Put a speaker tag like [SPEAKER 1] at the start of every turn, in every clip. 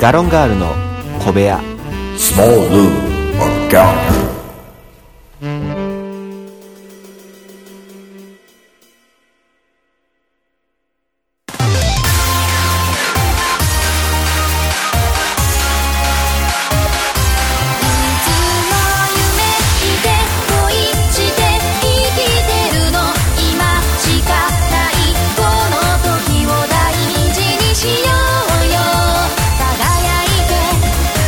[SPEAKER 1] ガロンガールの小部屋
[SPEAKER 2] Small Lou McGallagher.
[SPEAKER 3] いつも夢見て恋して生きてるの今しかないこの時を大事にしようよ輝いて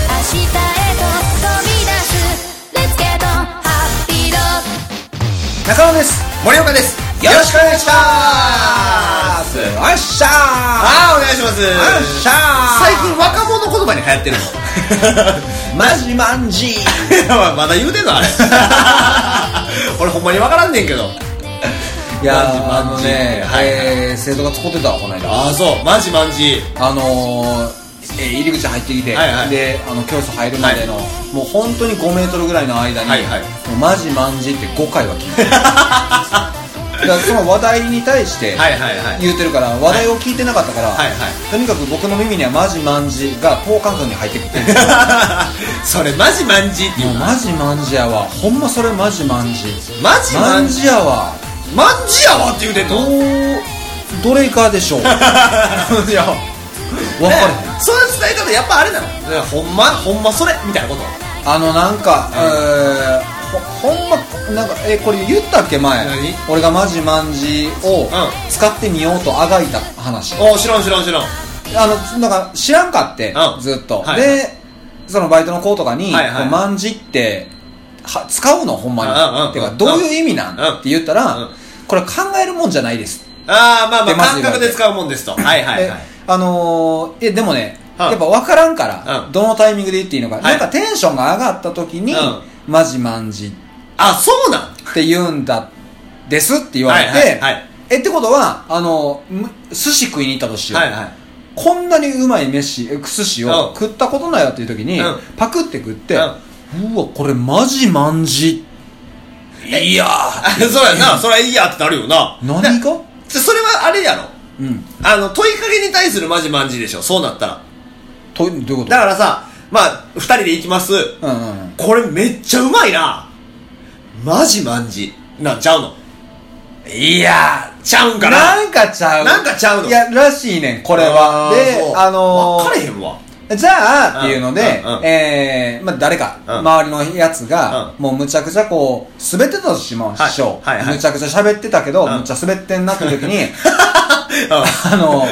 [SPEAKER 3] 明日へと飛び出す Let's get on happy road
[SPEAKER 4] 中野です森岡ですよろしくお願いします
[SPEAKER 5] よっしゃー
[SPEAKER 4] あーお願いします
[SPEAKER 5] よっしゃー
[SPEAKER 4] 最近若者言葉に流行ってる
[SPEAKER 5] マジマンジ
[SPEAKER 4] の まだ言うてんのあれ俺ほんまに分からんねんけど
[SPEAKER 5] いやー
[SPEAKER 4] マ
[SPEAKER 5] あ
[SPEAKER 4] ンジマン
[SPEAKER 5] の
[SPEAKER 4] ジ
[SPEAKER 5] ね、
[SPEAKER 4] はい
[SPEAKER 5] えー、生徒が使ってたわこの間
[SPEAKER 4] ああそうマジマンジ
[SPEAKER 5] あのーえー入り口入ってきて、
[SPEAKER 4] はいはい
[SPEAKER 5] であの教室入るまでの、もう本当に5メートルぐらいの間に、
[SPEAKER 4] はいはい
[SPEAKER 5] もうマジマンジって5回は聞い てるだからその話題に対して
[SPEAKER 4] はいはいはい
[SPEAKER 5] 言うてるから、話題を聞いてなかったから、
[SPEAKER 4] はいはい
[SPEAKER 5] とにかく僕の耳にはマジマンジが等間隔に入ってきて
[SPEAKER 4] それマジマンジってい
[SPEAKER 5] も
[SPEAKER 4] う
[SPEAKER 5] う
[SPEAKER 4] の
[SPEAKER 5] マジマンジやわほんまそれマジマンジ
[SPEAKER 4] マジマ
[SPEAKER 5] マ
[SPEAKER 4] ン
[SPEAKER 5] ン
[SPEAKER 4] ジ
[SPEAKER 5] ジやわ
[SPEAKER 4] マンジやわって言うてん
[SPEAKER 5] ど
[SPEAKER 4] の
[SPEAKER 5] うどれかでしょう いや分かれへん
[SPEAKER 4] その伝え方やっぱあれなのいやほんまほんまそれみたいなこと
[SPEAKER 5] あのなんか、えーほほんまなんかえこれ言ったっけ前
[SPEAKER 4] 何
[SPEAKER 5] 俺がマジマンジを
[SPEAKER 4] ん
[SPEAKER 5] 使ってみようとあがいた話、
[SPEAKER 4] おー知らん知らん知らん
[SPEAKER 5] あのなんか知らんかって、
[SPEAKER 4] うん
[SPEAKER 5] ずっと、
[SPEAKER 4] はい
[SPEAKER 5] でそのバイトの子とかに「
[SPEAKER 4] はいはい
[SPEAKER 5] こうマンジっては使うのほんまに」
[SPEAKER 4] うんうんうん
[SPEAKER 5] ってかどういう意味なん、
[SPEAKER 4] うん
[SPEAKER 5] って言ったら、
[SPEAKER 4] うん
[SPEAKER 5] これ考えるもんじゃないです
[SPEAKER 4] ああまあま
[SPEAKER 5] で
[SPEAKER 4] あ
[SPEAKER 5] マジ
[SPEAKER 4] 感
[SPEAKER 5] で
[SPEAKER 4] 覚で使うもんですとはいはいはい
[SPEAKER 5] えあのー、えでもね、
[SPEAKER 4] うん
[SPEAKER 5] やっぱ分からんから、
[SPEAKER 4] うん
[SPEAKER 5] どのタイミングで言っていいのか、
[SPEAKER 4] い
[SPEAKER 5] なんかテンションが上がった時に、
[SPEAKER 4] うん
[SPEAKER 5] マジマンジ
[SPEAKER 4] あそうなん
[SPEAKER 5] って言うんだですって言われて、
[SPEAKER 4] はいはいはい
[SPEAKER 5] えってことはあのむ寿司食いに行ったとしよう、
[SPEAKER 4] はいはい
[SPEAKER 5] こんなにうまい飯え寿司
[SPEAKER 4] う
[SPEAKER 5] を
[SPEAKER 4] ん
[SPEAKER 5] 食ったことないわっていう時に、
[SPEAKER 4] うん
[SPEAKER 5] パクって食って、
[SPEAKER 4] う
[SPEAKER 5] うんわこれマジマンジいや
[SPEAKER 4] あ
[SPEAKER 5] ー
[SPEAKER 4] そうやなそれはいいやってなるよな
[SPEAKER 5] 何
[SPEAKER 4] な
[SPEAKER 5] が
[SPEAKER 4] それはあれやろ
[SPEAKER 5] うん
[SPEAKER 4] あの問いかけに対するマジマンジでしょそうなったら
[SPEAKER 5] とどういうこと
[SPEAKER 4] だからさまあ2人で行きます
[SPEAKER 5] うんうんうん
[SPEAKER 4] これめっちゃうまいなマジマンジなんちゃうのいやーちゃうんかな
[SPEAKER 5] なんかちゃう
[SPEAKER 4] なんかちゃうの
[SPEAKER 5] いやらしいねんこれは
[SPEAKER 4] あーそ
[SPEAKER 5] で
[SPEAKER 4] う
[SPEAKER 5] あのー
[SPEAKER 4] 分かれへんわ
[SPEAKER 5] じゃあっていうので、
[SPEAKER 4] うんうんうん
[SPEAKER 5] えーまあ、誰か、
[SPEAKER 4] うん
[SPEAKER 5] 周りのやつが、
[SPEAKER 4] う
[SPEAKER 5] もうむちゃくちゃこう滑ってたとしましょう、
[SPEAKER 4] はいはいはい
[SPEAKER 5] むちゃくちゃ喋ってたけど、
[SPEAKER 4] うん
[SPEAKER 5] むちゃ滑ってんなって時 に あの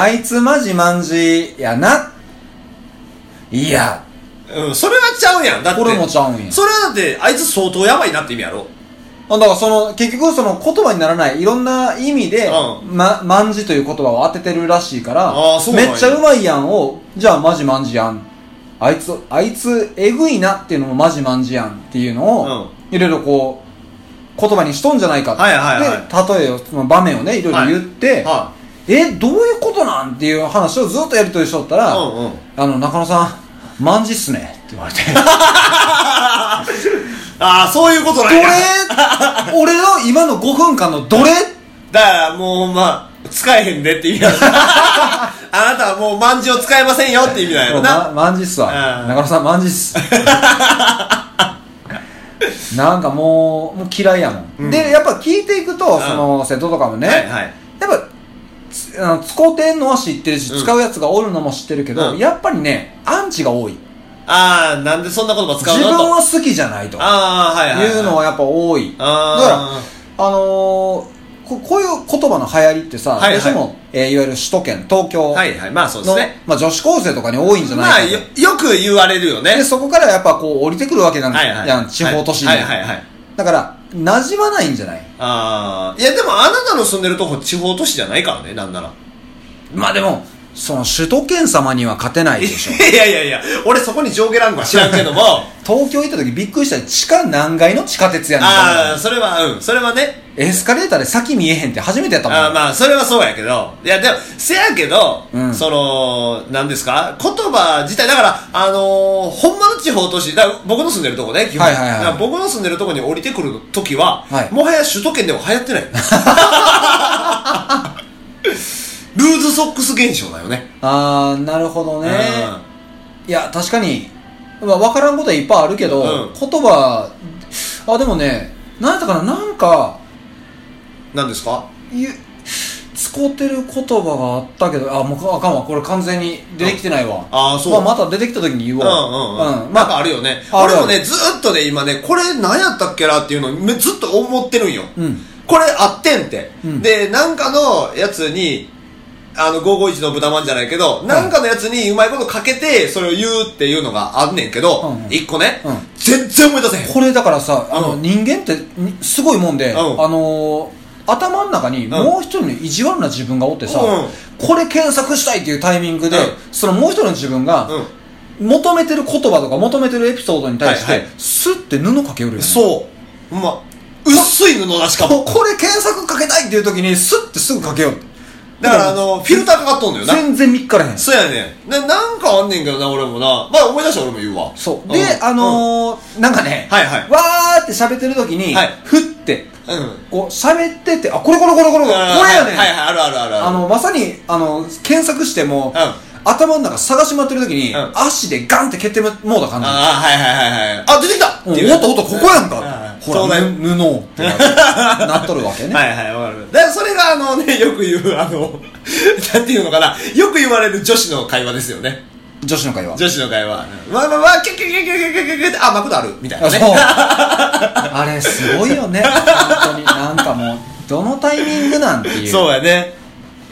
[SPEAKER 5] あいつマジマンジやないや
[SPEAKER 4] うん、それはちゃうやんだって
[SPEAKER 5] これもちゃうんや
[SPEAKER 4] それはだってあいつ相当やばいなって意味やろ
[SPEAKER 5] だからその結局その言葉にならないいろんな意味で、
[SPEAKER 4] う
[SPEAKER 5] ま、マンジという言葉を当ててるらしいから
[SPEAKER 4] あーそうなんや
[SPEAKER 5] めっちゃうまいやんをじゃあマジマンジやんあいつあいつえぐいなっていうのもマジマンジやんっていうのを、いろいろこう言葉にしとんじゃないかって、
[SPEAKER 4] はいはいは
[SPEAKER 5] で例えをその場面をねいろいろ言って、
[SPEAKER 4] は
[SPEAKER 5] えどういうことなんっていう話をずっとやりとりしとったら、
[SPEAKER 4] うんうん
[SPEAKER 5] あの中野さんマンジっすねって言われて
[SPEAKER 4] ああそういうことなん
[SPEAKER 5] どれ
[SPEAKER 4] や
[SPEAKER 5] 俺の今の5分間のどれ
[SPEAKER 4] だからもうほんま使えへんでって意 味やろあなたはもうまんじを使えませんよって意味なんやろ
[SPEAKER 5] ま
[SPEAKER 4] な、
[SPEAKER 5] マンジっすわ
[SPEAKER 4] うん
[SPEAKER 5] 中野さんマンジ っすなんかもうもう嫌いやもん、
[SPEAKER 4] うん
[SPEAKER 5] でやっぱ聞いていくと、
[SPEAKER 4] ん
[SPEAKER 5] その瀬戸とかもね、
[SPEAKER 4] はいはい
[SPEAKER 5] やっぱつあの使うてんのは知ってるし、
[SPEAKER 4] うん
[SPEAKER 5] 使うやつがおるのも知ってるけど、
[SPEAKER 4] うん
[SPEAKER 5] やっぱりねアンチが多い
[SPEAKER 4] ああなんでそんな言葉使う
[SPEAKER 5] 自
[SPEAKER 4] の
[SPEAKER 5] 分
[SPEAKER 4] と
[SPEAKER 5] は好きじゃないとい
[SPEAKER 4] ああはいはい、は
[SPEAKER 5] うのはやっぱ多いだ
[SPEAKER 4] あ
[SPEAKER 5] からあのーここういう言葉の流行りってさ、
[SPEAKER 4] はいはい
[SPEAKER 5] どうしても、えーいわゆる首都圏東京の、
[SPEAKER 4] はいはいまあそうですね
[SPEAKER 5] まあ、女子高生とかに多いんじゃないか
[SPEAKER 4] ま
[SPEAKER 5] な
[SPEAKER 4] あよよく言われるよね
[SPEAKER 5] で、そこからやっぱこう降りてくるわけなんだ
[SPEAKER 4] はい
[SPEAKER 5] やん、
[SPEAKER 4] はい
[SPEAKER 5] 地方都市に。
[SPEAKER 4] はいはいはいはい
[SPEAKER 5] だから、馴染まないんじゃない
[SPEAKER 4] ああいやでもあなたの住んでるとこ地方都市じゃないからねなんなら
[SPEAKER 5] まあでも、その首都圏様には勝てないでし ょ。
[SPEAKER 4] いやいやいや俺そこに上下ランクは知らんけども
[SPEAKER 5] 東京行った時びっくりしたよ地下何階の地下鉄やねん
[SPEAKER 4] ああそれはうんそれはね
[SPEAKER 5] エスカレーターで先見えへんって初めてやったもん。
[SPEAKER 4] あーまあそれはそうやけどいやでもせやけど、
[SPEAKER 5] うん
[SPEAKER 4] そのなんですか言葉自体だからあのー、ほんまの地方都市だから僕の住んでるとこね基本、
[SPEAKER 5] はいはいはい
[SPEAKER 4] だから僕の住んでるとこに降りてくる時は、
[SPEAKER 5] はい
[SPEAKER 4] もはや首都圏では流行ってないルーズソックス現象だよね。
[SPEAKER 5] あー、なるほどね。いや、確かに、まあ、分からんことはいっぱいあるけど、
[SPEAKER 4] うん
[SPEAKER 5] 言葉、あ、でもね、なんやったかな、なんか、
[SPEAKER 4] うん。なんですか
[SPEAKER 5] ゆ使ってる言葉があったけど、あ、もうあかんわ、これ完全に出てきてないわ。
[SPEAKER 4] ああそう
[SPEAKER 5] まあ、また出てきた時に言う
[SPEAKER 4] うん
[SPEAKER 5] わ。
[SPEAKER 4] うんうん。
[SPEAKER 5] ま
[SPEAKER 4] なんかあるよね。
[SPEAKER 5] ある
[SPEAKER 4] 俺もね、ずーっとね、今ね、これ何やったっけなっていうのをめずっと思ってるんよ。
[SPEAKER 5] うん。
[SPEAKER 4] これあってんって。
[SPEAKER 5] うん
[SPEAKER 4] で、なんかのやつに、あの、551の豚まんじゃないけど、なんかのやつにうまいことかけて、それを言うっていうのがあんねんけど
[SPEAKER 5] うんう、ん
[SPEAKER 4] 一、個ね、
[SPEAKER 5] うん
[SPEAKER 4] 全然思い出せへん。
[SPEAKER 5] これだからさ、あの、
[SPEAKER 4] うん
[SPEAKER 5] 人間ってにすごいもんで、
[SPEAKER 4] ん
[SPEAKER 5] あのー頭の中にもう一人の意地悪な自分がおってさ、
[SPEAKER 4] う
[SPEAKER 5] これ検索したいっていうタイミングで、
[SPEAKER 4] うん
[SPEAKER 5] そのもう一人の自分が、
[SPEAKER 4] うん。
[SPEAKER 5] 求めてる言葉とか求めてるエピソードに対して、
[SPEAKER 4] はいはい
[SPEAKER 5] スッて布かけうるよね
[SPEAKER 4] そう。ほんま、薄い布だしか
[SPEAKER 5] こ
[SPEAKER 4] も。
[SPEAKER 5] これ検索かけたいっていう時にスッてすぐかけようって
[SPEAKER 4] だからあの、フィルターかかっとんのよな。
[SPEAKER 5] 全然見っからへん
[SPEAKER 4] そうやねん。な、なんかあんねんけどな、俺もな。まあ思い出したら俺も言うわ。
[SPEAKER 5] そう
[SPEAKER 4] う
[SPEAKER 5] で、
[SPEAKER 4] ん
[SPEAKER 5] あのーなんかね、
[SPEAKER 4] はいはい
[SPEAKER 5] わーって喋ってる時に、
[SPEAKER 4] はい
[SPEAKER 5] ふって
[SPEAKER 4] うん。うん。
[SPEAKER 5] こう喋っててあこれこれこれこれこれこれやねん、
[SPEAKER 4] はいはい、あるあるある
[SPEAKER 5] あのまさにあの検索しても、
[SPEAKER 4] う
[SPEAKER 5] 頭の中探し回ってる時に、
[SPEAKER 4] うん
[SPEAKER 5] 足でガンって蹴ってもうた感じ
[SPEAKER 4] ああ、はいはいはいはい。あ、出てきた
[SPEAKER 5] うん、
[SPEAKER 4] っていう
[SPEAKER 5] おっとおっとここやん
[SPEAKER 4] うん
[SPEAKER 5] か
[SPEAKER 4] うん
[SPEAKER 5] ほ
[SPEAKER 4] そうだ
[SPEAKER 5] ら
[SPEAKER 4] よ
[SPEAKER 5] ぬ布をってな るなっとるわけね、
[SPEAKER 4] はいはい、わかる。だからそれがあのね、よく言う、あの、なんていうのかな、よく言われる女子の会話ですよね。
[SPEAKER 5] 女子の会話
[SPEAKER 4] 女子の会話。わわわ、キュキュキュキュキュキュキュキュって、あ、マクドあるみたいな
[SPEAKER 5] あそ
[SPEAKER 4] ね。
[SPEAKER 5] う あれすごいよね本当になんかもうどのタイミングなんていう
[SPEAKER 4] そうやね。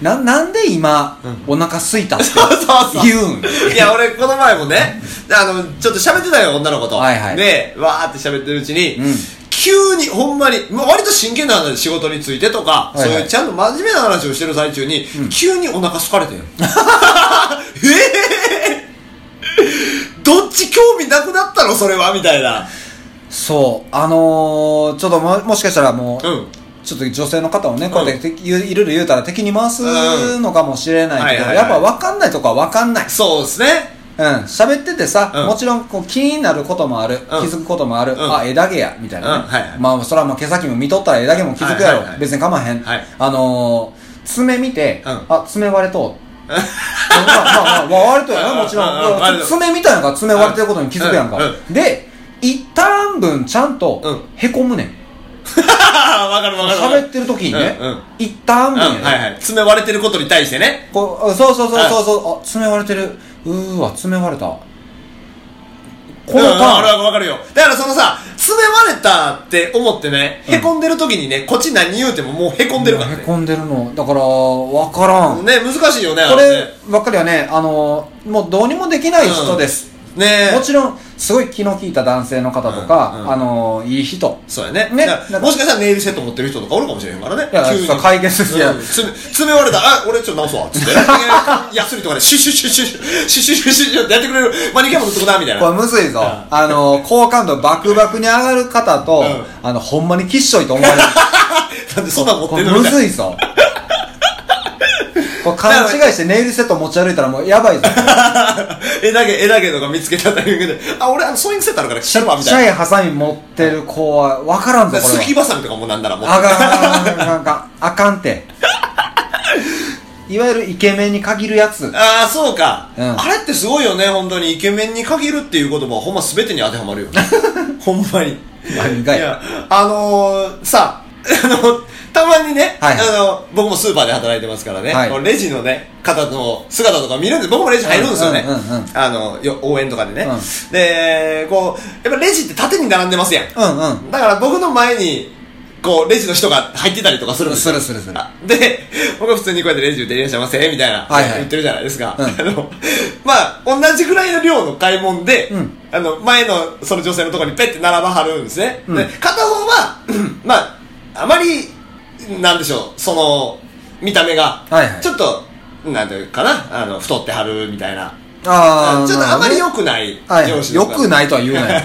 [SPEAKER 5] ななんで今、お腹すいたって
[SPEAKER 4] そうそう
[SPEAKER 5] 言うん
[SPEAKER 4] いや、俺、この前もね、あの、ちょっと喋ってたよ、女の子と。
[SPEAKER 5] はいはい
[SPEAKER 4] で、わーって喋ってるうちに、
[SPEAKER 5] うん
[SPEAKER 4] 急に、ほんまに、まあ割と真剣な話、仕事についてとか、
[SPEAKER 5] はいはい
[SPEAKER 4] そういうちゃんと真面目な話をしてる最中に、急にお腹空か れてん。えー、どっち興味なくなったのそれはみたいな。
[SPEAKER 5] そうあのー、ちょっとももしかしたらもう、
[SPEAKER 4] うん
[SPEAKER 5] ちょっと女性の方をねこうやって敵言ういろいろ言うたら敵に回すのかもしれないけど、
[SPEAKER 4] うんはいはい
[SPEAKER 5] や
[SPEAKER 4] は
[SPEAKER 5] っ
[SPEAKER 4] い
[SPEAKER 5] ぱ分かんないとこは分かんない
[SPEAKER 4] そうですね。
[SPEAKER 5] うん喋っててさ、
[SPEAKER 4] うん
[SPEAKER 5] もちろんこう気になることもある、気づくこともある、
[SPEAKER 4] ん
[SPEAKER 5] あ枝毛やみたいな、ね
[SPEAKER 4] うんはいはい
[SPEAKER 5] まあそれはもう毛先も見とったら枝毛も気づくやろ、
[SPEAKER 4] はいはいはい
[SPEAKER 5] 別に構わへん、
[SPEAKER 4] はい
[SPEAKER 5] あのー、爪見て、
[SPEAKER 4] うん
[SPEAKER 5] あ爪割れとう まあまあまあ割れとうやなもちろん
[SPEAKER 4] うんうんうん割れとう
[SPEAKER 5] 爪見たいなから爪割れてることに気づくやんか、
[SPEAKER 4] うんうん
[SPEAKER 5] で一旦分ちゃん
[SPEAKER 4] う
[SPEAKER 5] と
[SPEAKER 4] ん
[SPEAKER 5] へこむねん
[SPEAKER 4] あーわかるわかるわか
[SPEAKER 5] 喋
[SPEAKER 4] る。
[SPEAKER 5] ってる時にね、
[SPEAKER 4] うんうん
[SPEAKER 5] 一旦
[SPEAKER 4] うん、
[SPEAKER 5] 分やね、
[SPEAKER 4] はいはい。爪割れてることに対してね。
[SPEAKER 5] こうそうそうそうそうそうあ爪割れてるうーわ爪割れたこ
[SPEAKER 4] う
[SPEAKER 5] の
[SPEAKER 4] んう
[SPEAKER 5] タ
[SPEAKER 4] んわか
[SPEAKER 5] ーン
[SPEAKER 4] るわかるわかるよ。だからそのさ、爪割れたって思ってね、
[SPEAKER 5] うん
[SPEAKER 4] へこんでる時にね、こっち何言うてももうへこんでるから
[SPEAKER 5] へ
[SPEAKER 4] ね。
[SPEAKER 5] こんでるのだから分からん、
[SPEAKER 4] ね、難しいよね、あ
[SPEAKER 5] これ
[SPEAKER 4] ね。
[SPEAKER 5] ばっかりはねあのもうどうにもできない人です、
[SPEAKER 4] ね
[SPEAKER 5] もちろんすごい気の利いた男性の方とか、
[SPEAKER 4] うんうん
[SPEAKER 5] あのいい人
[SPEAKER 4] そうやね。
[SPEAKER 5] ね
[SPEAKER 4] ね。もしかしたらネイルセット持ってる人とかおるかもしれへんからね。
[SPEAKER 5] いや
[SPEAKER 4] 急に
[SPEAKER 5] そう解決するやん
[SPEAKER 4] うん爪、爪割れた。あ、俺ちょっと直すわ。つって。ヤスリとかでシュッシュッシュッシュッシュッシュッシュッシュッシュッってやってくれる。マニキュアも塗っとくな、みたい
[SPEAKER 5] こ
[SPEAKER 4] な。
[SPEAKER 5] れむずいぞ、あの好感度バクバクに上がる方と、
[SPEAKER 4] うん
[SPEAKER 5] あのほんまにきっしょいと思わ れる
[SPEAKER 4] なんでそんなん持っ
[SPEAKER 5] こ
[SPEAKER 4] て
[SPEAKER 5] れ
[SPEAKER 4] んのみ
[SPEAKER 5] む
[SPEAKER 4] たいな。
[SPEAKER 5] ずいぞこれ勘違いしてネイルセット持ち歩いたらもうやばいぞ
[SPEAKER 4] 枝毛、枝毛とか見つけたタイミングで。あ、俺あのソーイングセットあるからシャルわ、み
[SPEAKER 5] ちっちゃ
[SPEAKER 4] たい
[SPEAKER 5] いハサミ持ってる子は分からんぞ
[SPEAKER 4] な。
[SPEAKER 5] これは
[SPEAKER 4] スキバサミとかもなんならもう。
[SPEAKER 5] あかんあかんあかんあかんあかんっていわゆるイケメンに限るやつ
[SPEAKER 4] ああ、そうか、
[SPEAKER 5] うん
[SPEAKER 4] あれってすごいよね、本当に。イケメンに限るっていう言葉はほんま全てに当てはまるよ ね。ほんまに。
[SPEAKER 5] 何がや
[SPEAKER 4] いや、あのー、さ、あ の、たまにね、
[SPEAKER 5] はいはい
[SPEAKER 4] あの、僕もスーパーで働いてますからね、
[SPEAKER 5] はい
[SPEAKER 4] このレジのね、方の姿とか見るんで、僕もレジ入るんですよね。
[SPEAKER 5] うんうんうんうん
[SPEAKER 4] あのよ、応援とかでね、
[SPEAKER 5] う
[SPEAKER 4] で、こう、やっぱレジって縦に並んでますやん。
[SPEAKER 5] うんうん
[SPEAKER 4] だから僕の前に、こう、レジの人が入ってたりとかするんですよ。
[SPEAKER 5] するするする
[SPEAKER 4] あで、僕は普通にこうやってレジ打っていらっしゃいませ、みたいな、
[SPEAKER 5] はいはい
[SPEAKER 4] 言ってるじゃないですか。
[SPEAKER 5] う ん
[SPEAKER 4] あの、まあ、同じぐらいの量の買い物で、
[SPEAKER 5] うん
[SPEAKER 4] あの、前のその女性のところにペッて並ばはるんですね。
[SPEAKER 5] うん
[SPEAKER 4] で、片方は、 まあ、あまり、なんでしょう、その、見た目が、
[SPEAKER 5] はいはい
[SPEAKER 4] ちょっと、なんていうかな、あの、太ってはるみたいな、
[SPEAKER 5] あー
[SPEAKER 4] ちょっとあまり良
[SPEAKER 5] よ
[SPEAKER 4] くない
[SPEAKER 5] はい
[SPEAKER 4] 容姿
[SPEAKER 5] よ
[SPEAKER 4] の方
[SPEAKER 5] くないとは言うなよ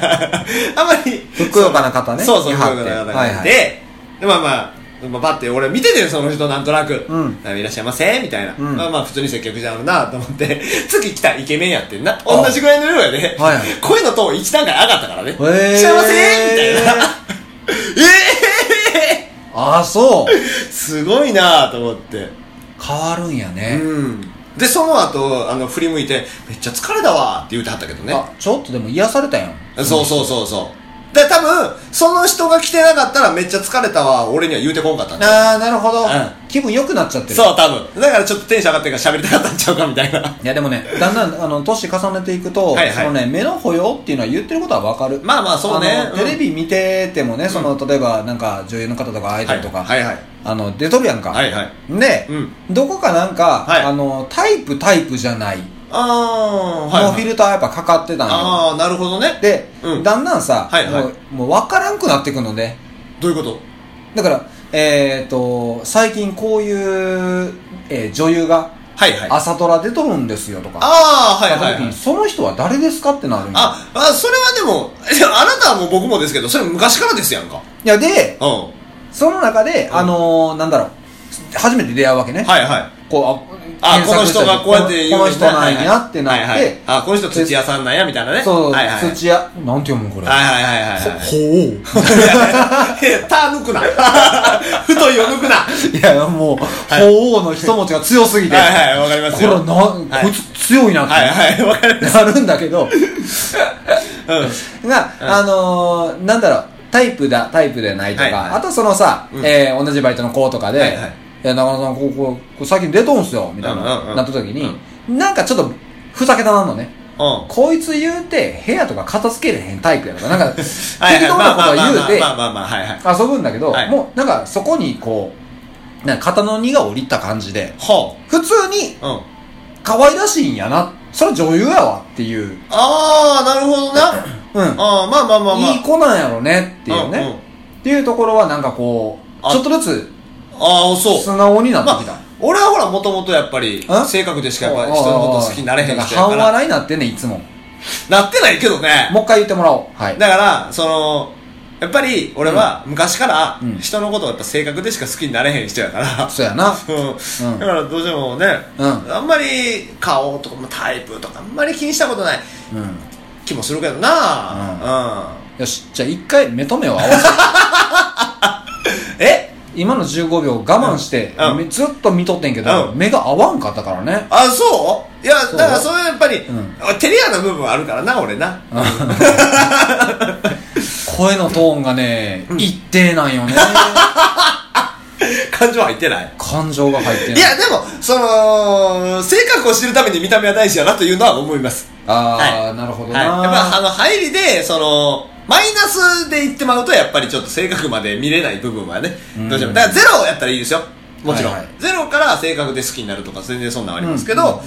[SPEAKER 4] あまり。
[SPEAKER 5] ふくよかな方ね
[SPEAKER 4] そうそう、
[SPEAKER 5] に
[SPEAKER 4] ふ
[SPEAKER 5] 貼
[SPEAKER 4] く
[SPEAKER 5] っ
[SPEAKER 4] よ
[SPEAKER 5] て
[SPEAKER 4] かな方
[SPEAKER 5] はいは
[SPEAKER 4] がい
[SPEAKER 5] い
[SPEAKER 4] て。で、まあまあ、まあ、パって俺見ててよ、その人なんとなく。
[SPEAKER 5] うん
[SPEAKER 4] あいらっしゃいませ、みたいな。
[SPEAKER 5] うん
[SPEAKER 4] まあまあ、普通に接客じゃんなと思って。次来たイケメンやってんな。同じぐらいの量やで。
[SPEAKER 5] はいはい
[SPEAKER 4] 声のトーン一段階上がったからね。いらっ
[SPEAKER 5] へー
[SPEAKER 4] しゃいませみたいな。え
[SPEAKER 5] ああそう
[SPEAKER 4] ー、すごいなと思って。
[SPEAKER 5] 変わるんやね、
[SPEAKER 4] うんでその後あの振り向いて「めっちゃ疲れたわ」って言うてはったけどね
[SPEAKER 5] あちょっとでも癒されたやん
[SPEAKER 4] そうそうそうそうで多分その人が来てなかったら「めっちゃ疲れたわ」俺には言うてこんかったんだよ
[SPEAKER 5] ああなるほど、
[SPEAKER 4] ん
[SPEAKER 5] 気分良くなっちゃってる
[SPEAKER 4] そう多分だからちょっとテンション上がってるから喋りたかったんちゃうかみたいな
[SPEAKER 5] いやでもねだんだんあの年重ねていくと、
[SPEAKER 4] はいはい
[SPEAKER 5] そのね目の保養っていうのは言ってることはわかる
[SPEAKER 4] まあまあそうね
[SPEAKER 5] あの
[SPEAKER 4] うん
[SPEAKER 5] テレビ見ててもねその、例えばなんか女優の方とかアイドルとか、
[SPEAKER 4] はいはいはい
[SPEAKER 5] あの出とるやんか、
[SPEAKER 4] はいはい
[SPEAKER 5] で、
[SPEAKER 4] うん
[SPEAKER 5] どこかなんか、
[SPEAKER 4] はい
[SPEAKER 5] あのタイプタイプじゃない、
[SPEAKER 4] ああーはい、
[SPEAKER 5] のフィ
[SPEAKER 4] ル
[SPEAKER 5] ルターやっぱかかってたんよ
[SPEAKER 4] ああなるほどね
[SPEAKER 5] で、
[SPEAKER 4] うん
[SPEAKER 5] だんだんさ、
[SPEAKER 4] はいはい
[SPEAKER 5] もうもう分からんくなってくので
[SPEAKER 4] どういうこと
[SPEAKER 5] だからえっ、と最近こういう、えー女優が
[SPEAKER 4] はいはい
[SPEAKER 5] 朝ドラ出とるんですよとか、
[SPEAKER 4] ああー
[SPEAKER 5] やっ
[SPEAKER 4] はいは
[SPEAKER 5] た時
[SPEAKER 4] い、は
[SPEAKER 5] に
[SPEAKER 4] い、
[SPEAKER 5] その人は誰ですかってなるんよ
[SPEAKER 4] ああそれはでもいやあなたはもう僕もですけどそれ昔からですやんか
[SPEAKER 5] いやで
[SPEAKER 4] うん
[SPEAKER 5] その中で、
[SPEAKER 4] ん
[SPEAKER 5] あのー、なんだろう初めて出会うわけね、
[SPEAKER 4] はいはい
[SPEAKER 5] こうあ
[SPEAKER 4] あこの
[SPEAKER 5] 検索した
[SPEAKER 4] 人
[SPEAKER 5] り
[SPEAKER 4] がこうやって言う
[SPEAKER 5] この人なんやってなって、
[SPEAKER 4] はいはいあこの人土屋さんなんやみたいなね
[SPEAKER 5] そう、
[SPEAKER 4] はいはい
[SPEAKER 5] 土屋なんて読むんこれ、
[SPEAKER 4] はいはいはいはいはい
[SPEAKER 5] ほう
[SPEAKER 4] いやいやタ抜くな 太いを抜くなはい
[SPEAKER 5] や、もう、鳳凰の一文字が強すぎて、
[SPEAKER 4] いはいわかります
[SPEAKER 5] これ
[SPEAKER 4] よ
[SPEAKER 5] な、
[SPEAKER 4] はい
[SPEAKER 5] こいつ強いなって、
[SPEAKER 4] はいはいわかる
[SPEAKER 5] なるんだけど、
[SPEAKER 4] うん
[SPEAKER 5] が、あのー、なんだろう、タイプだ、タイプでないとか、
[SPEAKER 4] はいはい
[SPEAKER 5] あとそのさ、
[SPEAKER 4] うん
[SPEAKER 5] えー同じバイトの子とかで、
[SPEAKER 4] はいいはい
[SPEAKER 5] や、中野さん、こう、こう、こう最近出とんすよ、みたいな、
[SPEAKER 4] うんうんうん
[SPEAKER 5] なった時に、なんかちょっと、ふざけたなんのね。
[SPEAKER 4] うん
[SPEAKER 5] こいつ言うて、部屋とか片付けれへんタイプやとか、な んか、適
[SPEAKER 4] はいはい
[SPEAKER 5] 当なこと言うて、
[SPEAKER 4] まあまあまあまあまあはいはい
[SPEAKER 5] 遊ぶんだけど、
[SPEAKER 4] はい
[SPEAKER 5] もうなんかそこにこうなんか肩の荷が下りた感じで
[SPEAKER 4] ほ
[SPEAKER 5] 普通に
[SPEAKER 4] ううん
[SPEAKER 5] 可愛らしいんやなそれ女優やわっていう、
[SPEAKER 4] ああなるほどな
[SPEAKER 5] うん
[SPEAKER 4] ああまあまあまあまあ
[SPEAKER 5] いい子なんやろねっていうね、
[SPEAKER 4] んん
[SPEAKER 5] っていうところはなんかこう
[SPEAKER 4] あ
[SPEAKER 5] ちょっとず
[SPEAKER 4] ああそ
[SPEAKER 5] つ
[SPEAKER 4] う
[SPEAKER 5] 素直になってきた、
[SPEAKER 4] まあ俺はほらもともとやっぱり
[SPEAKER 5] ん
[SPEAKER 4] 性格でしかやっぱ人のこと好きになれへん人
[SPEAKER 5] か
[SPEAKER 4] や
[SPEAKER 5] ら
[SPEAKER 4] か
[SPEAKER 5] 半
[SPEAKER 4] ら
[SPEAKER 5] 笑いになってんねいつも
[SPEAKER 4] なってないけどね
[SPEAKER 5] もう一回言ってもらおうはい
[SPEAKER 4] だからそのやっぱり俺は昔から
[SPEAKER 5] うん
[SPEAKER 4] 人のことをやっぱ性格でしか好きになれへん人やから、
[SPEAKER 5] そうやな
[SPEAKER 4] うん、だからどうしてもね、
[SPEAKER 5] うん
[SPEAKER 4] あんまり顔とかもタイプとかあんまり気にしたことない
[SPEAKER 5] うん
[SPEAKER 4] 気もするけどな
[SPEAKER 5] よしじゃあ一回目と目を合わせて
[SPEAKER 4] うん、え
[SPEAKER 5] 今の15秒我慢して、
[SPEAKER 4] うん
[SPEAKER 5] めずっと見とってんけど、
[SPEAKER 4] うん
[SPEAKER 5] 目が合わんかったからね
[SPEAKER 4] あそういや
[SPEAKER 5] そう
[SPEAKER 4] だからそれはやっぱり、
[SPEAKER 5] ん
[SPEAKER 4] 照れ屋な部分はあるからな俺な
[SPEAKER 5] 声のトーンがね、一定な んよね
[SPEAKER 4] 感情入ってない
[SPEAKER 5] 感情が入ってない
[SPEAKER 4] いやでもその性格を知るために見た目は大事やなというのは思います
[SPEAKER 5] ああ、
[SPEAKER 4] は
[SPEAKER 5] なるほどな、
[SPEAKER 4] はい、やっぱあの入りでそのマイナスで言ってまうとやっぱりちょっと性格まで見れない部分はね、
[SPEAKER 5] うん
[SPEAKER 4] どうしてもだからゼロやったらいいですよもちろん、
[SPEAKER 5] はいはい
[SPEAKER 4] ゼロから性格で好きになるとか全然そんなんありますけど、
[SPEAKER 5] うんうんうん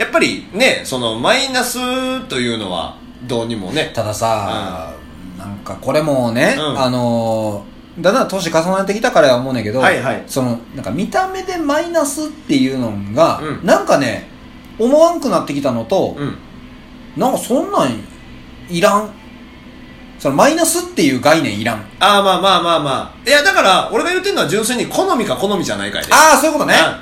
[SPEAKER 4] やっぱりねそのマイナスというのはどうにもね
[SPEAKER 5] たださ、なんかこれもね、
[SPEAKER 4] うん
[SPEAKER 5] あのーだんだん年重ねてきたからや思うねんだけど、
[SPEAKER 4] はいはい
[SPEAKER 5] そのなんか見た目でマイナスっていうのが、
[SPEAKER 4] うん
[SPEAKER 5] なんかね思わんくなってきたのと、
[SPEAKER 4] うん
[SPEAKER 5] なんかそんなんいらんそのマイナスっていう概念いらん
[SPEAKER 4] ああまあまあまあまあいやだから俺が言ってるのは純粋に好みか好みじゃないかいで
[SPEAKER 5] ああそういうことね、
[SPEAKER 4] うん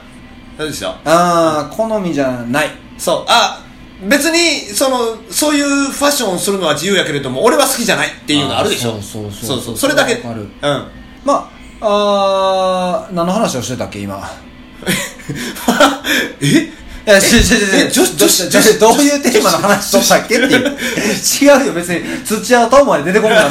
[SPEAKER 4] そうですよ
[SPEAKER 5] ああ好みじゃない
[SPEAKER 4] そうあ別にそのそういうファッションをするのは自由やけれども俺は好きじゃないっていうのあるでしょ
[SPEAKER 5] あーそうそう
[SPEAKER 4] そ
[SPEAKER 5] そう
[SPEAKER 4] うそうそれだけ
[SPEAKER 5] わかる
[SPEAKER 4] うん
[SPEAKER 5] まあ、あー何の話をしてたっけ、今。
[SPEAKER 4] え
[SPEAKER 5] いや、ししし
[SPEAKER 4] え女子女子
[SPEAKER 5] 女子、どういうテーマの話しとったっけっていう。違うよ、別に。土屋太鳳まで出てこないわ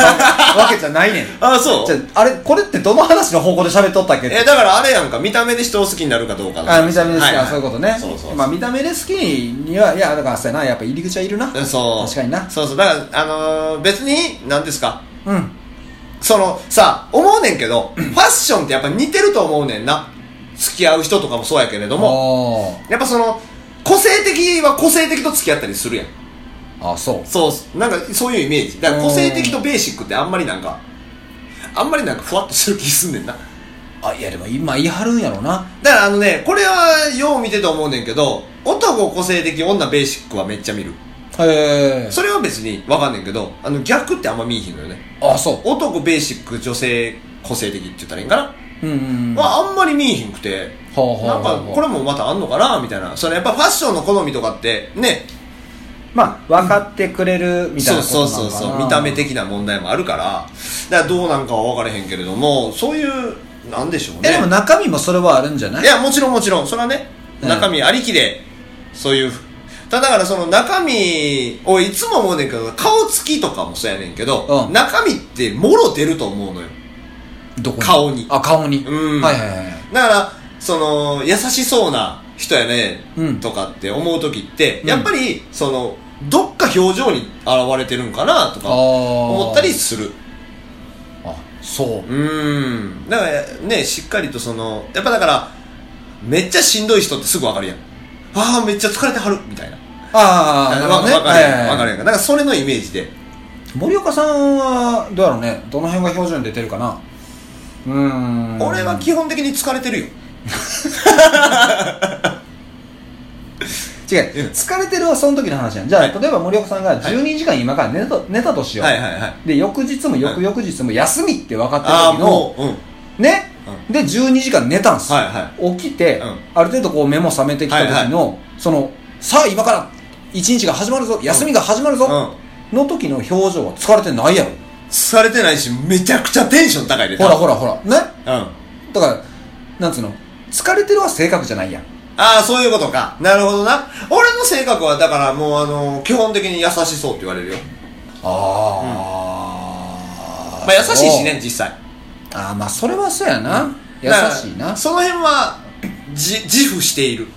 [SPEAKER 5] けじゃないねん。じ
[SPEAKER 4] ああそう
[SPEAKER 5] ゃあ、あれ、これってどの話の方向で喋っとったっけ
[SPEAKER 4] えだからあれやんか見た目で人を好きになるかどうか
[SPEAKER 5] あ、見た目ですか、
[SPEAKER 4] はは
[SPEAKER 5] そういうことね。
[SPEAKER 4] そうそう
[SPEAKER 5] まあ、見た目で好きには、いや、だからそうやな、やっぱ入り口はいるな。
[SPEAKER 4] そう
[SPEAKER 5] 確かにな。
[SPEAKER 4] そうそうだからあのー別に何ですか
[SPEAKER 5] うん。
[SPEAKER 4] そのさ思うねんけ どファッションってやっぱ似てると思うねんな付き合う人とかもそうやけれども
[SPEAKER 5] おー
[SPEAKER 4] やっぱその個性的は個性的と付き合ったりするやん
[SPEAKER 5] あ、そう。
[SPEAKER 4] そうなんかそういうイメージだから個性的とベーシックってあんまりなんかあんまりなんかふわっとする気すんねんな
[SPEAKER 5] あ、いや、でも今言い張るんやろな。
[SPEAKER 4] だからあのねこれはよう見てと思うねんけど男個性的女ベーシックはめっちゃ見る
[SPEAKER 5] へえ。
[SPEAKER 4] それは別にわかんねんけどあの逆ってあんま見えひんのよね
[SPEAKER 5] あ、そ
[SPEAKER 4] 男ベーシック女性個性的って言ったらいいんかな、
[SPEAKER 5] う。うんうんうん。
[SPEAKER 4] まああんまり見えひんくて
[SPEAKER 5] ほうほう
[SPEAKER 4] なんかこれもまたあんのかなみたいなそれやっぱファッションの好みとかってね
[SPEAKER 5] まあ、分かってくれるみたい
[SPEAKER 4] そ
[SPEAKER 5] な
[SPEAKER 4] う
[SPEAKER 5] こと
[SPEAKER 4] そう
[SPEAKER 5] なのか
[SPEAKER 4] そ
[SPEAKER 5] な
[SPEAKER 4] うそう見た目的な問題もあるからだからどうなんかは分からへんけれどもそういうなんでしょう
[SPEAKER 5] え
[SPEAKER 4] ね
[SPEAKER 5] でも中身もそれはあるんじゃない
[SPEAKER 4] いやもちろんもちろんそれはね
[SPEAKER 5] うん
[SPEAKER 4] 中身ありきでそういうただだからその中身をいつも思うねんけど顔つきとかもそうやねんけど、
[SPEAKER 5] うん
[SPEAKER 4] 中身ってもろ出ると思うのよ
[SPEAKER 5] どこ
[SPEAKER 4] 顔に
[SPEAKER 5] あ顔に
[SPEAKER 4] うん
[SPEAKER 5] はいはいはい
[SPEAKER 4] だからその優しそうな人やね、
[SPEAKER 5] うん
[SPEAKER 4] とかって思う時って、
[SPEAKER 5] うん
[SPEAKER 4] やっぱりそのどっか表情に現れてるんかなとか
[SPEAKER 5] あー
[SPEAKER 4] 思ったりする
[SPEAKER 5] あそう
[SPEAKER 4] うーんだからねしっかりとそのやっぱだからめっちゃしんどい人ってすぐ分かるやんああめっちゃ疲れてはるみたいな
[SPEAKER 5] ああなるほ
[SPEAKER 4] わ
[SPEAKER 5] ど
[SPEAKER 4] 分
[SPEAKER 5] ね
[SPEAKER 4] かるやん
[SPEAKER 5] はいはいはい
[SPEAKER 4] 分かるやんだからそれのイメージで
[SPEAKER 5] 森岡さんはどうやろうねどの辺が表情に出てるかなうーん
[SPEAKER 4] 俺は基本的に疲れてるよう
[SPEAKER 5] 違う、
[SPEAKER 4] ん
[SPEAKER 5] 疲れてるはその時の話やんじゃあ、
[SPEAKER 4] はい
[SPEAKER 5] 例えば森岡さんが12時間今から寝たと,、寝たとしよう、
[SPEAKER 4] はいはいはい
[SPEAKER 5] で翌日も翌々日も休みって分かって
[SPEAKER 4] ああ
[SPEAKER 5] る時
[SPEAKER 4] も
[SPEAKER 5] の
[SPEAKER 4] ううん
[SPEAKER 5] ね、で12時間寝たんす、
[SPEAKER 4] はいは
[SPEAKER 5] 起きて、
[SPEAKER 4] うん
[SPEAKER 5] ある程度こう目も覚めてきた時の、そのさあ今から一日が始まるぞ休みが始まるぞ、の時の表情は疲れてないやろ
[SPEAKER 4] 疲れてないしめちゃくちゃテンション高いで
[SPEAKER 5] ほらほらほらね
[SPEAKER 4] らうん
[SPEAKER 5] だからなんつうの疲れてるは性格じゃないやん
[SPEAKER 4] ああ、そういうことか。なるほどな。俺の性格は、だからもう、あの基本的に優しそうって言われるよ。
[SPEAKER 5] ああ、
[SPEAKER 4] まあ、優しいしね、実際。
[SPEAKER 5] ああまあそれはそうやな、優
[SPEAKER 4] だから
[SPEAKER 5] しいな
[SPEAKER 4] その辺は、じ、自負している。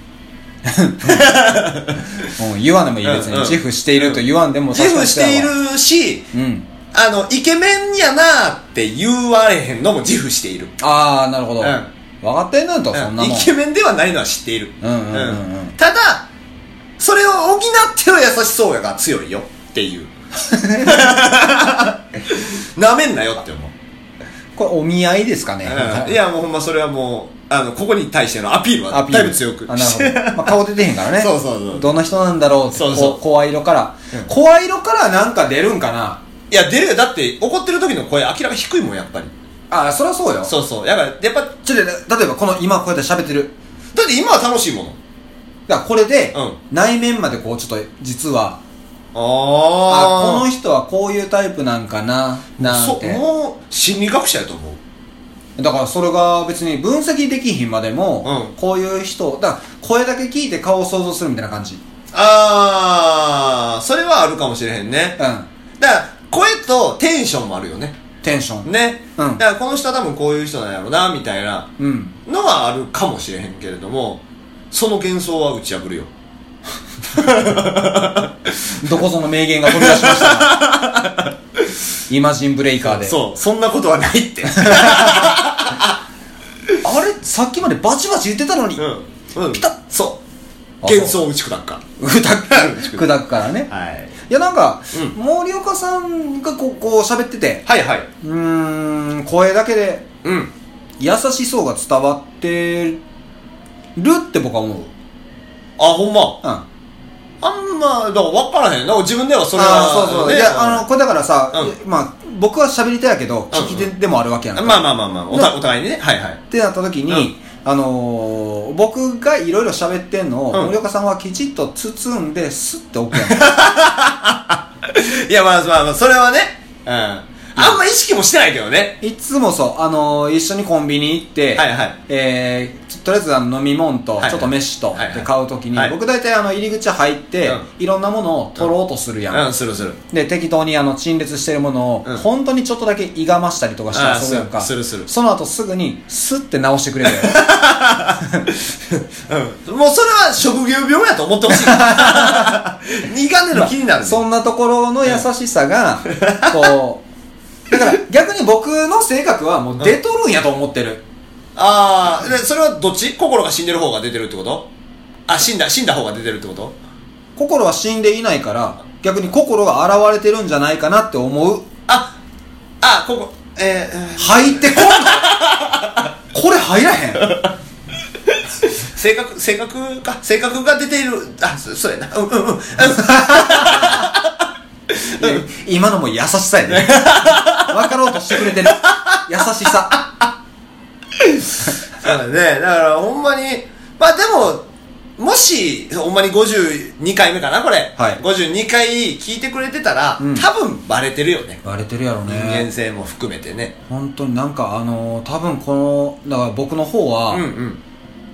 [SPEAKER 5] うん、言わん でもいい別に、
[SPEAKER 4] うんうん
[SPEAKER 5] 自負していると言わんでも
[SPEAKER 4] 自負しているし、
[SPEAKER 5] うん
[SPEAKER 4] あの、イケメンやなって言われへんのも自負している。
[SPEAKER 5] ああなるほど、
[SPEAKER 4] うん
[SPEAKER 5] 分かってんなんとそんなもん
[SPEAKER 4] イケメンではないのは知っている。
[SPEAKER 5] うんうんうんうん
[SPEAKER 4] ただ、それを補っては優しそうやが強いよって いう。なめんなよって思う。
[SPEAKER 5] これお見合いですかね、
[SPEAKER 4] うんいやもうほんまそれはもうあのここに対してのアピールは
[SPEAKER 5] アピー
[SPEAKER 4] だ
[SPEAKER 5] ル
[SPEAKER 4] いぶ強く
[SPEAKER 5] あなるほど、まあ、顔出てへんからね
[SPEAKER 4] そうそうそう
[SPEAKER 5] どんな人なんだろうって
[SPEAKER 4] そうそう
[SPEAKER 5] こ声色から、
[SPEAKER 4] うん
[SPEAKER 5] 声色からなんか出るんかない
[SPEAKER 4] や出るよだって怒ってる時の声明らかに低いもんやっぱり
[SPEAKER 5] ああそりゃそうよ
[SPEAKER 4] そうそうやっぱやっぱだ
[SPEAKER 5] ちょっと例えばこの今こうやって喋ってる
[SPEAKER 4] って今は楽しいもの
[SPEAKER 5] だからこれで、
[SPEAKER 4] うん
[SPEAKER 5] 内面までこうちょっと実はあこ
[SPEAKER 4] あ
[SPEAKER 5] の人はこういうタイプなんかななん
[SPEAKER 4] そ
[SPEAKER 5] て
[SPEAKER 4] もう心理学者やと思う
[SPEAKER 5] だからそれが別に分析できひんまでも、
[SPEAKER 4] うん
[SPEAKER 5] こういう人だから声だけ聞いて顔を想像するみたいな感じ
[SPEAKER 4] ああそれはあるかもしれへんね
[SPEAKER 5] うん
[SPEAKER 4] だから声とテンションもあるよね
[SPEAKER 5] テンション
[SPEAKER 4] ね、
[SPEAKER 5] うん
[SPEAKER 4] だからこの人は多分こういう人なんやろなみたいな
[SPEAKER 5] うん
[SPEAKER 4] のはあるかもしれへんけれどもその幻想は打ち破るよ
[SPEAKER 5] どこぞの名言が飛び出しましたがイマジンブレイカーで
[SPEAKER 4] そうそんなことはないって
[SPEAKER 5] あれさっきまでバチバチ言ってたのに、
[SPEAKER 4] うん、うん、
[SPEAKER 5] ピタッ
[SPEAKER 4] そう
[SPEAKER 5] あ
[SPEAKER 4] 幻想打ち砕くか
[SPEAKER 5] 砕く砕くからね、
[SPEAKER 4] はい
[SPEAKER 5] いやなんか、
[SPEAKER 4] う
[SPEAKER 5] 森岡さんがこうこう喋ってて
[SPEAKER 4] はいはいう
[SPEAKER 5] ーん声だけで
[SPEAKER 4] うん
[SPEAKER 5] 優しそうが伝わってるって僕は思ううん
[SPEAKER 4] あほんま
[SPEAKER 5] あ
[SPEAKER 4] あんまだから分からへんな自分ではそれは
[SPEAKER 5] あーそうそう、
[SPEAKER 4] ね
[SPEAKER 5] いやあのこれだからさ、
[SPEAKER 4] う
[SPEAKER 5] まあ僕は喋りたいやけど
[SPEAKER 4] うんうん
[SPEAKER 5] 聞き手でもあるわけやんか、
[SPEAKER 4] まあまあまあまあおたお互いにねはいはい
[SPEAKER 5] ってなった時に、
[SPEAKER 4] うん
[SPEAKER 5] あのー僕がいろいろ喋ってんのを、
[SPEAKER 4] うん
[SPEAKER 5] 森岡さんはきちっと包んでスッて置くや ん
[SPEAKER 4] いやまあまあまあそれはねうんあんま意識もしてないけどね
[SPEAKER 5] いつもそう、あのー一緒にコンビニ行って、
[SPEAKER 4] はいはい
[SPEAKER 5] えーちょとりあえずあの飲み物と、
[SPEAKER 4] はいはい
[SPEAKER 5] ちょっと飯と、
[SPEAKER 4] はいはい
[SPEAKER 5] で買う時に、
[SPEAKER 4] はい
[SPEAKER 5] 僕大体あの入り口入って、
[SPEAKER 4] うん
[SPEAKER 5] いろんなものを取ろうとするやん、
[SPEAKER 4] うんするする
[SPEAKER 5] で適当にあの陳列してるものを、
[SPEAKER 4] うん
[SPEAKER 5] 本当にちょっとだけいがましたりとかした
[SPEAKER 4] あ
[SPEAKER 5] ら
[SPEAKER 4] ー
[SPEAKER 5] そうやんか
[SPEAKER 4] するするする
[SPEAKER 5] その後すぐにスッて直してくれるよ
[SPEAKER 4] うんもうそれは職業病やと思ってほしい 苦手の気になる
[SPEAKER 5] そんなところの優しさが、こうだから逆に僕の性格はもう出とるんやと思ってる、
[SPEAKER 4] ああでそれはどっち心が死んでる方が出てるってことあ死んだ死んだ方が出てるってこと
[SPEAKER 5] 心は死んでいないから逆に心が現れてるんじゃないかなって思う
[SPEAKER 4] ああここえーうん
[SPEAKER 5] 入ってこんのこれ入らへん
[SPEAKER 4] 性格性格か性格が出ているあそそうやなうんうんうん
[SPEAKER 5] いや今のも優しさやね分かろうとしてくれてる優しさ
[SPEAKER 4] そうだねだからほんまにまあでももし、ほんまに52回目かな、これ。
[SPEAKER 5] はい
[SPEAKER 4] 52回聞いてくれてたら、
[SPEAKER 5] うん
[SPEAKER 4] 多分バレてるよね。
[SPEAKER 5] バレてるやろ
[SPEAKER 4] 人間
[SPEAKER 5] ね
[SPEAKER 4] 性も含めてね。
[SPEAKER 5] 本当になんかあのー、多分このだから僕の方は、
[SPEAKER 4] うんうん。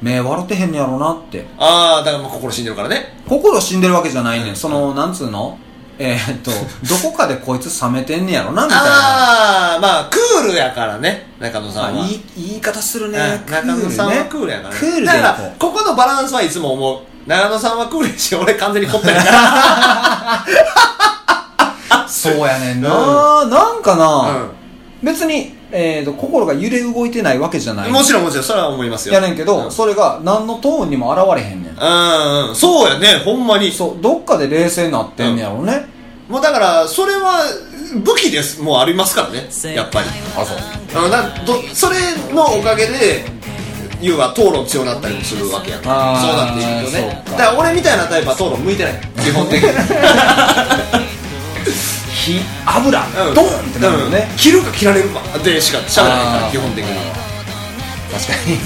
[SPEAKER 5] 目笑ってへんねやろなって
[SPEAKER 4] ああ、だからもう心死んでるからね。
[SPEAKER 5] 心死んでるわけじゃないねん、
[SPEAKER 4] うん
[SPEAKER 5] そのなんつうのえー、っ とどこかでこいつ冷めてんねやろなみたいな
[SPEAKER 4] ああ、まあ、クールやからね、中野さんは。
[SPEAKER 5] あいい言い方するね
[SPEAKER 4] うん
[SPEAKER 5] クール
[SPEAKER 4] 中野さんは
[SPEAKER 5] ね
[SPEAKER 4] クールやからね。
[SPEAKER 5] クールでい
[SPEAKER 4] だか
[SPEAKER 5] こう
[SPEAKER 4] ら、ここのバランスはいつも思う。中野さんはクールやし、俺完全に凝ってる から。
[SPEAKER 5] そうやねんな、なんかな、別に、えー、と心が揺れ動いてないわけじゃな
[SPEAKER 4] う
[SPEAKER 5] い
[SPEAKER 4] ん。もちろんもちろん、それは思いますよ。
[SPEAKER 5] やねんけど、
[SPEAKER 4] うん
[SPEAKER 5] それが何のトーンにも現れへんねん
[SPEAKER 4] うんうん、そうやね、ほんまに。
[SPEAKER 5] そうどっかで冷静になってんねやろね、
[SPEAKER 4] もうだから、それは武器です、もうありますからね、やっぱり。
[SPEAKER 5] あそう
[SPEAKER 4] あのだどそれのおかげで、言うは討論強なったりもするわけやん。そう
[SPEAKER 5] あ
[SPEAKER 4] な
[SPEAKER 5] ー
[SPEAKER 4] っていくとね
[SPEAKER 5] そ。
[SPEAKER 4] だ
[SPEAKER 5] うか
[SPEAKER 4] から俺みたいなタイプは討論向いてない、基本的に。
[SPEAKER 5] 火油、
[SPEAKER 4] うん
[SPEAKER 5] ドーンってなるよね、
[SPEAKER 4] うん切るか切られるかでしかしゃべらないから、
[SPEAKER 5] あー
[SPEAKER 4] 基本的に。
[SPEAKER 5] 確か に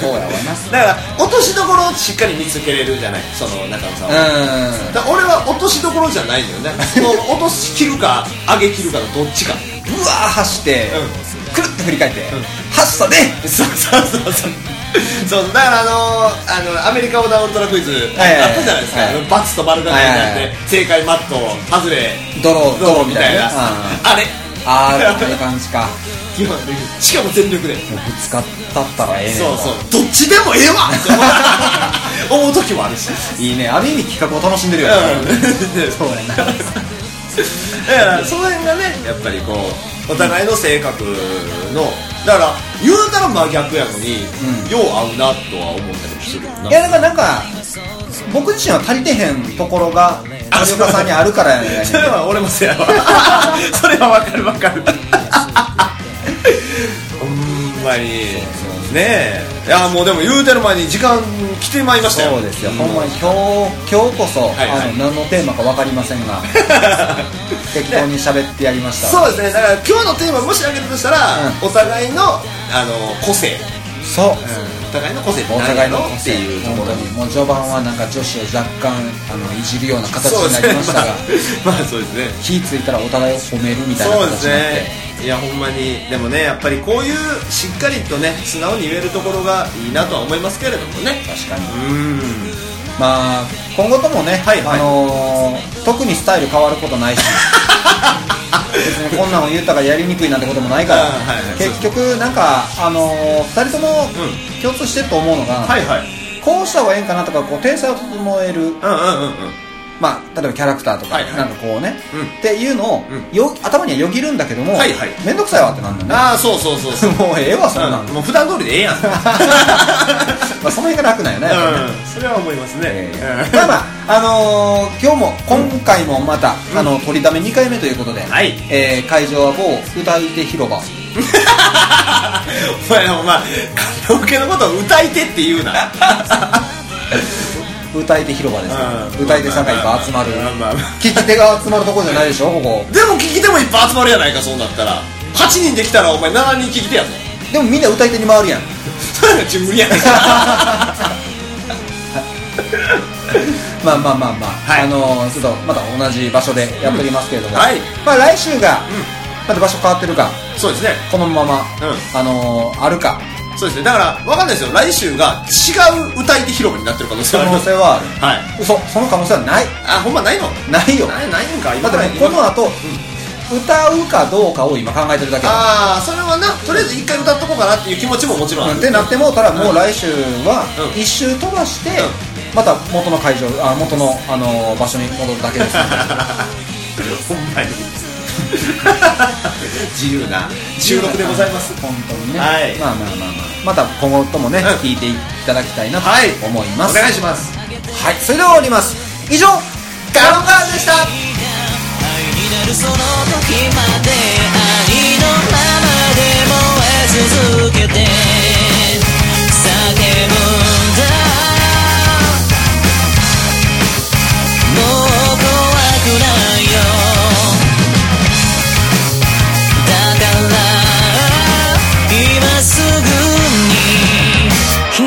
[SPEAKER 5] そうやわな
[SPEAKER 4] だから、落としどころをしっかり見つけれるじゃない、その中野さんは。
[SPEAKER 5] うん
[SPEAKER 4] だから俺は落としどころじゃないんだ よね。その落とし切るか、上げ切るかのどっちか。
[SPEAKER 5] うわー走って、
[SPEAKER 4] う
[SPEAKER 5] くるって振り返って、発射で
[SPEAKER 4] そうそうそうそうそうだからあのー、あのアメリカオーダーウルトラクイズ
[SPEAKER 5] はいはいはい
[SPEAKER 4] あったじゃないですか、
[SPEAKER 5] はい
[SPEAKER 4] あのバツと丸が書いてあって、
[SPEAKER 5] はいはいは
[SPEAKER 4] 正解マット外れ
[SPEAKER 5] ドロー、ドロ
[SPEAKER 4] ど
[SPEAKER 5] ー
[SPEAKER 4] う
[SPEAKER 5] み
[SPEAKER 4] み
[SPEAKER 5] た
[SPEAKER 4] た
[SPEAKER 5] い
[SPEAKER 4] い
[SPEAKER 5] な
[SPEAKER 4] な、あれ
[SPEAKER 5] あー、こういう感じか。
[SPEAKER 4] 基本的にしかも全力で、
[SPEAKER 5] もうぶつかったったらええねん
[SPEAKER 4] そうそうどっちでもええわって 思う思う時もあるし
[SPEAKER 5] う。いいね。ある意味企画を楽しんでる
[SPEAKER 4] う
[SPEAKER 5] よね。
[SPEAKER 4] ん
[SPEAKER 5] そうやな。
[SPEAKER 4] だからその辺がねやっぱりこうお互いの性格のだから言うたら真逆やのに、
[SPEAKER 5] うん
[SPEAKER 4] よう合うなとは思ったりもするよない
[SPEAKER 5] や、だからなんか、僕自身は足りてへんところが、有岡さんにあるからやね ん。
[SPEAKER 4] それは俺もせやわそれはわかるわかるほんまにねえいやもうでも言うてる前に時間来てまいりましたよ
[SPEAKER 5] そうですよ。ほんま
[SPEAKER 4] に
[SPEAKER 5] に今日、今日こそ、
[SPEAKER 4] はいはい
[SPEAKER 5] あの、何のテーマかわかりません が、適当に喋ってやりました。
[SPEAKER 4] そうですねだから今日のテーマもし上げるとしたら、お互いのあの個性
[SPEAKER 5] そう。
[SPEAKER 4] お互いの個性って
[SPEAKER 5] お
[SPEAKER 4] 何や
[SPEAKER 5] 互いの
[SPEAKER 4] ろ
[SPEAKER 5] 個
[SPEAKER 4] って
[SPEAKER 5] 性
[SPEAKER 4] いうところ
[SPEAKER 5] 本当
[SPEAKER 4] に
[SPEAKER 5] にもう序盤はなんか女子を若干あのいじるような形
[SPEAKER 4] そうで
[SPEAKER 5] に
[SPEAKER 4] す
[SPEAKER 5] な
[SPEAKER 4] ね
[SPEAKER 5] りましたが、
[SPEAKER 4] まあ、まあ、そうですね
[SPEAKER 5] 火ついたらお互いを褒めるみたいな
[SPEAKER 4] そうで
[SPEAKER 5] 形
[SPEAKER 4] す
[SPEAKER 5] になって
[SPEAKER 4] ねいやほんまにでもねやっぱりこういうしっかりとね素直に言えるところがいいなとは思いますけれどもね
[SPEAKER 5] 確かに
[SPEAKER 4] うん
[SPEAKER 5] まあ今後ともね、
[SPEAKER 4] はいはい
[SPEAKER 5] あのー特にスタイル変わること ないし別にこんなんを言ったからやりにくいなんてこともないから、
[SPEAKER 4] あーはいはい
[SPEAKER 5] 結局なんか、あのー、2人と
[SPEAKER 4] ん
[SPEAKER 5] も共通してると思うのが、
[SPEAKER 4] はいはい
[SPEAKER 5] こうした方がええんかなとかこう体裁を整える
[SPEAKER 4] うんうんうんうん
[SPEAKER 5] まあ、例えばキャラクターとか、
[SPEAKER 4] はいはい
[SPEAKER 5] なんかこうね、
[SPEAKER 4] うん
[SPEAKER 5] っていうのを、
[SPEAKER 4] う
[SPEAKER 5] よ頭にはよぎるんだけども、
[SPEAKER 4] はいはい
[SPEAKER 5] めんどくさいわってなんだよね
[SPEAKER 4] ああそうそうそう そう
[SPEAKER 5] もうええわそんなん、
[SPEAKER 4] うん
[SPEAKER 5] ま
[SPEAKER 4] もう普段通りでええやん うん
[SPEAKER 5] あ、その辺が楽なんよね、やっぱりね
[SPEAKER 4] それは思います
[SPEAKER 5] え
[SPEAKER 4] ね
[SPEAKER 5] ーまあまあ、あのー今日も今回もまた、あの取りだめ2回目ということで、
[SPEAKER 4] はい
[SPEAKER 5] えー会場は某歌い手広場
[SPEAKER 4] お前お前カラオケのことを歌い手って 言うな
[SPEAKER 5] 歌い手広場ですか
[SPEAKER 4] う
[SPEAKER 5] ら、
[SPEAKER 4] ん
[SPEAKER 5] 歌い手さんがいっぱい集まる、
[SPEAKER 4] まあまあまあ
[SPEAKER 5] 聞き手が集まるとこじゃないでしょここ
[SPEAKER 4] でも聞き手もいっぱい集まるやないかそうなったら8人できたらお前7人聞き手やぞ
[SPEAKER 5] でもみんな歌い手に回るやん
[SPEAKER 4] それはち無理や ねん
[SPEAKER 5] まあまあまあまあ、
[SPEAKER 4] い
[SPEAKER 5] あのーちょっとまた同じ場所でやっておりますけれども、
[SPEAKER 4] うんはい
[SPEAKER 5] まあ来週が、また場所変わってるか、
[SPEAKER 4] そうですね
[SPEAKER 5] このまま、
[SPEAKER 4] ん
[SPEAKER 5] あのーあるか、
[SPEAKER 4] そうですねだからわかんないですよ来週が違う歌い手広場になってる可能性
[SPEAKER 5] 可
[SPEAKER 4] はあり
[SPEAKER 5] 能
[SPEAKER 4] ます
[SPEAKER 5] 性はある。
[SPEAKER 4] はい
[SPEAKER 5] 嘘、その可能性はない。
[SPEAKER 4] あほんまないの
[SPEAKER 5] ないよ。
[SPEAKER 4] ないないんか
[SPEAKER 5] だ
[SPEAKER 4] 今
[SPEAKER 5] って
[SPEAKER 4] か
[SPEAKER 5] も
[SPEAKER 4] ら
[SPEAKER 5] うこの後、歌うかどうかを今考えてるだけだ。
[SPEAKER 4] ああそれはなとりあえず一回歌っとこうかなっていう気持ちももちろんある
[SPEAKER 5] うんってなってもうたら、もう来週は
[SPEAKER 4] うん
[SPEAKER 5] 一周飛ばして、
[SPEAKER 4] ん
[SPEAKER 5] また元の会場、あ元の、あのー場所に戻るだけです。
[SPEAKER 4] ほんまに 自由な 収録でございます
[SPEAKER 5] 本当にね、
[SPEAKER 4] はい
[SPEAKER 5] まあまあまあまあまた今後ともね、
[SPEAKER 4] ん
[SPEAKER 5] 聞いていただきたいなと
[SPEAKER 4] はい
[SPEAKER 5] 思い
[SPEAKER 4] お
[SPEAKER 5] ます、
[SPEAKER 4] 願いします
[SPEAKER 5] はいそれでは終わります以上ガロンガールでした
[SPEAKER 6] 愛になるその時まで愛のままで燃え続けて叫ぶんだもう怖くないよだから今すぐに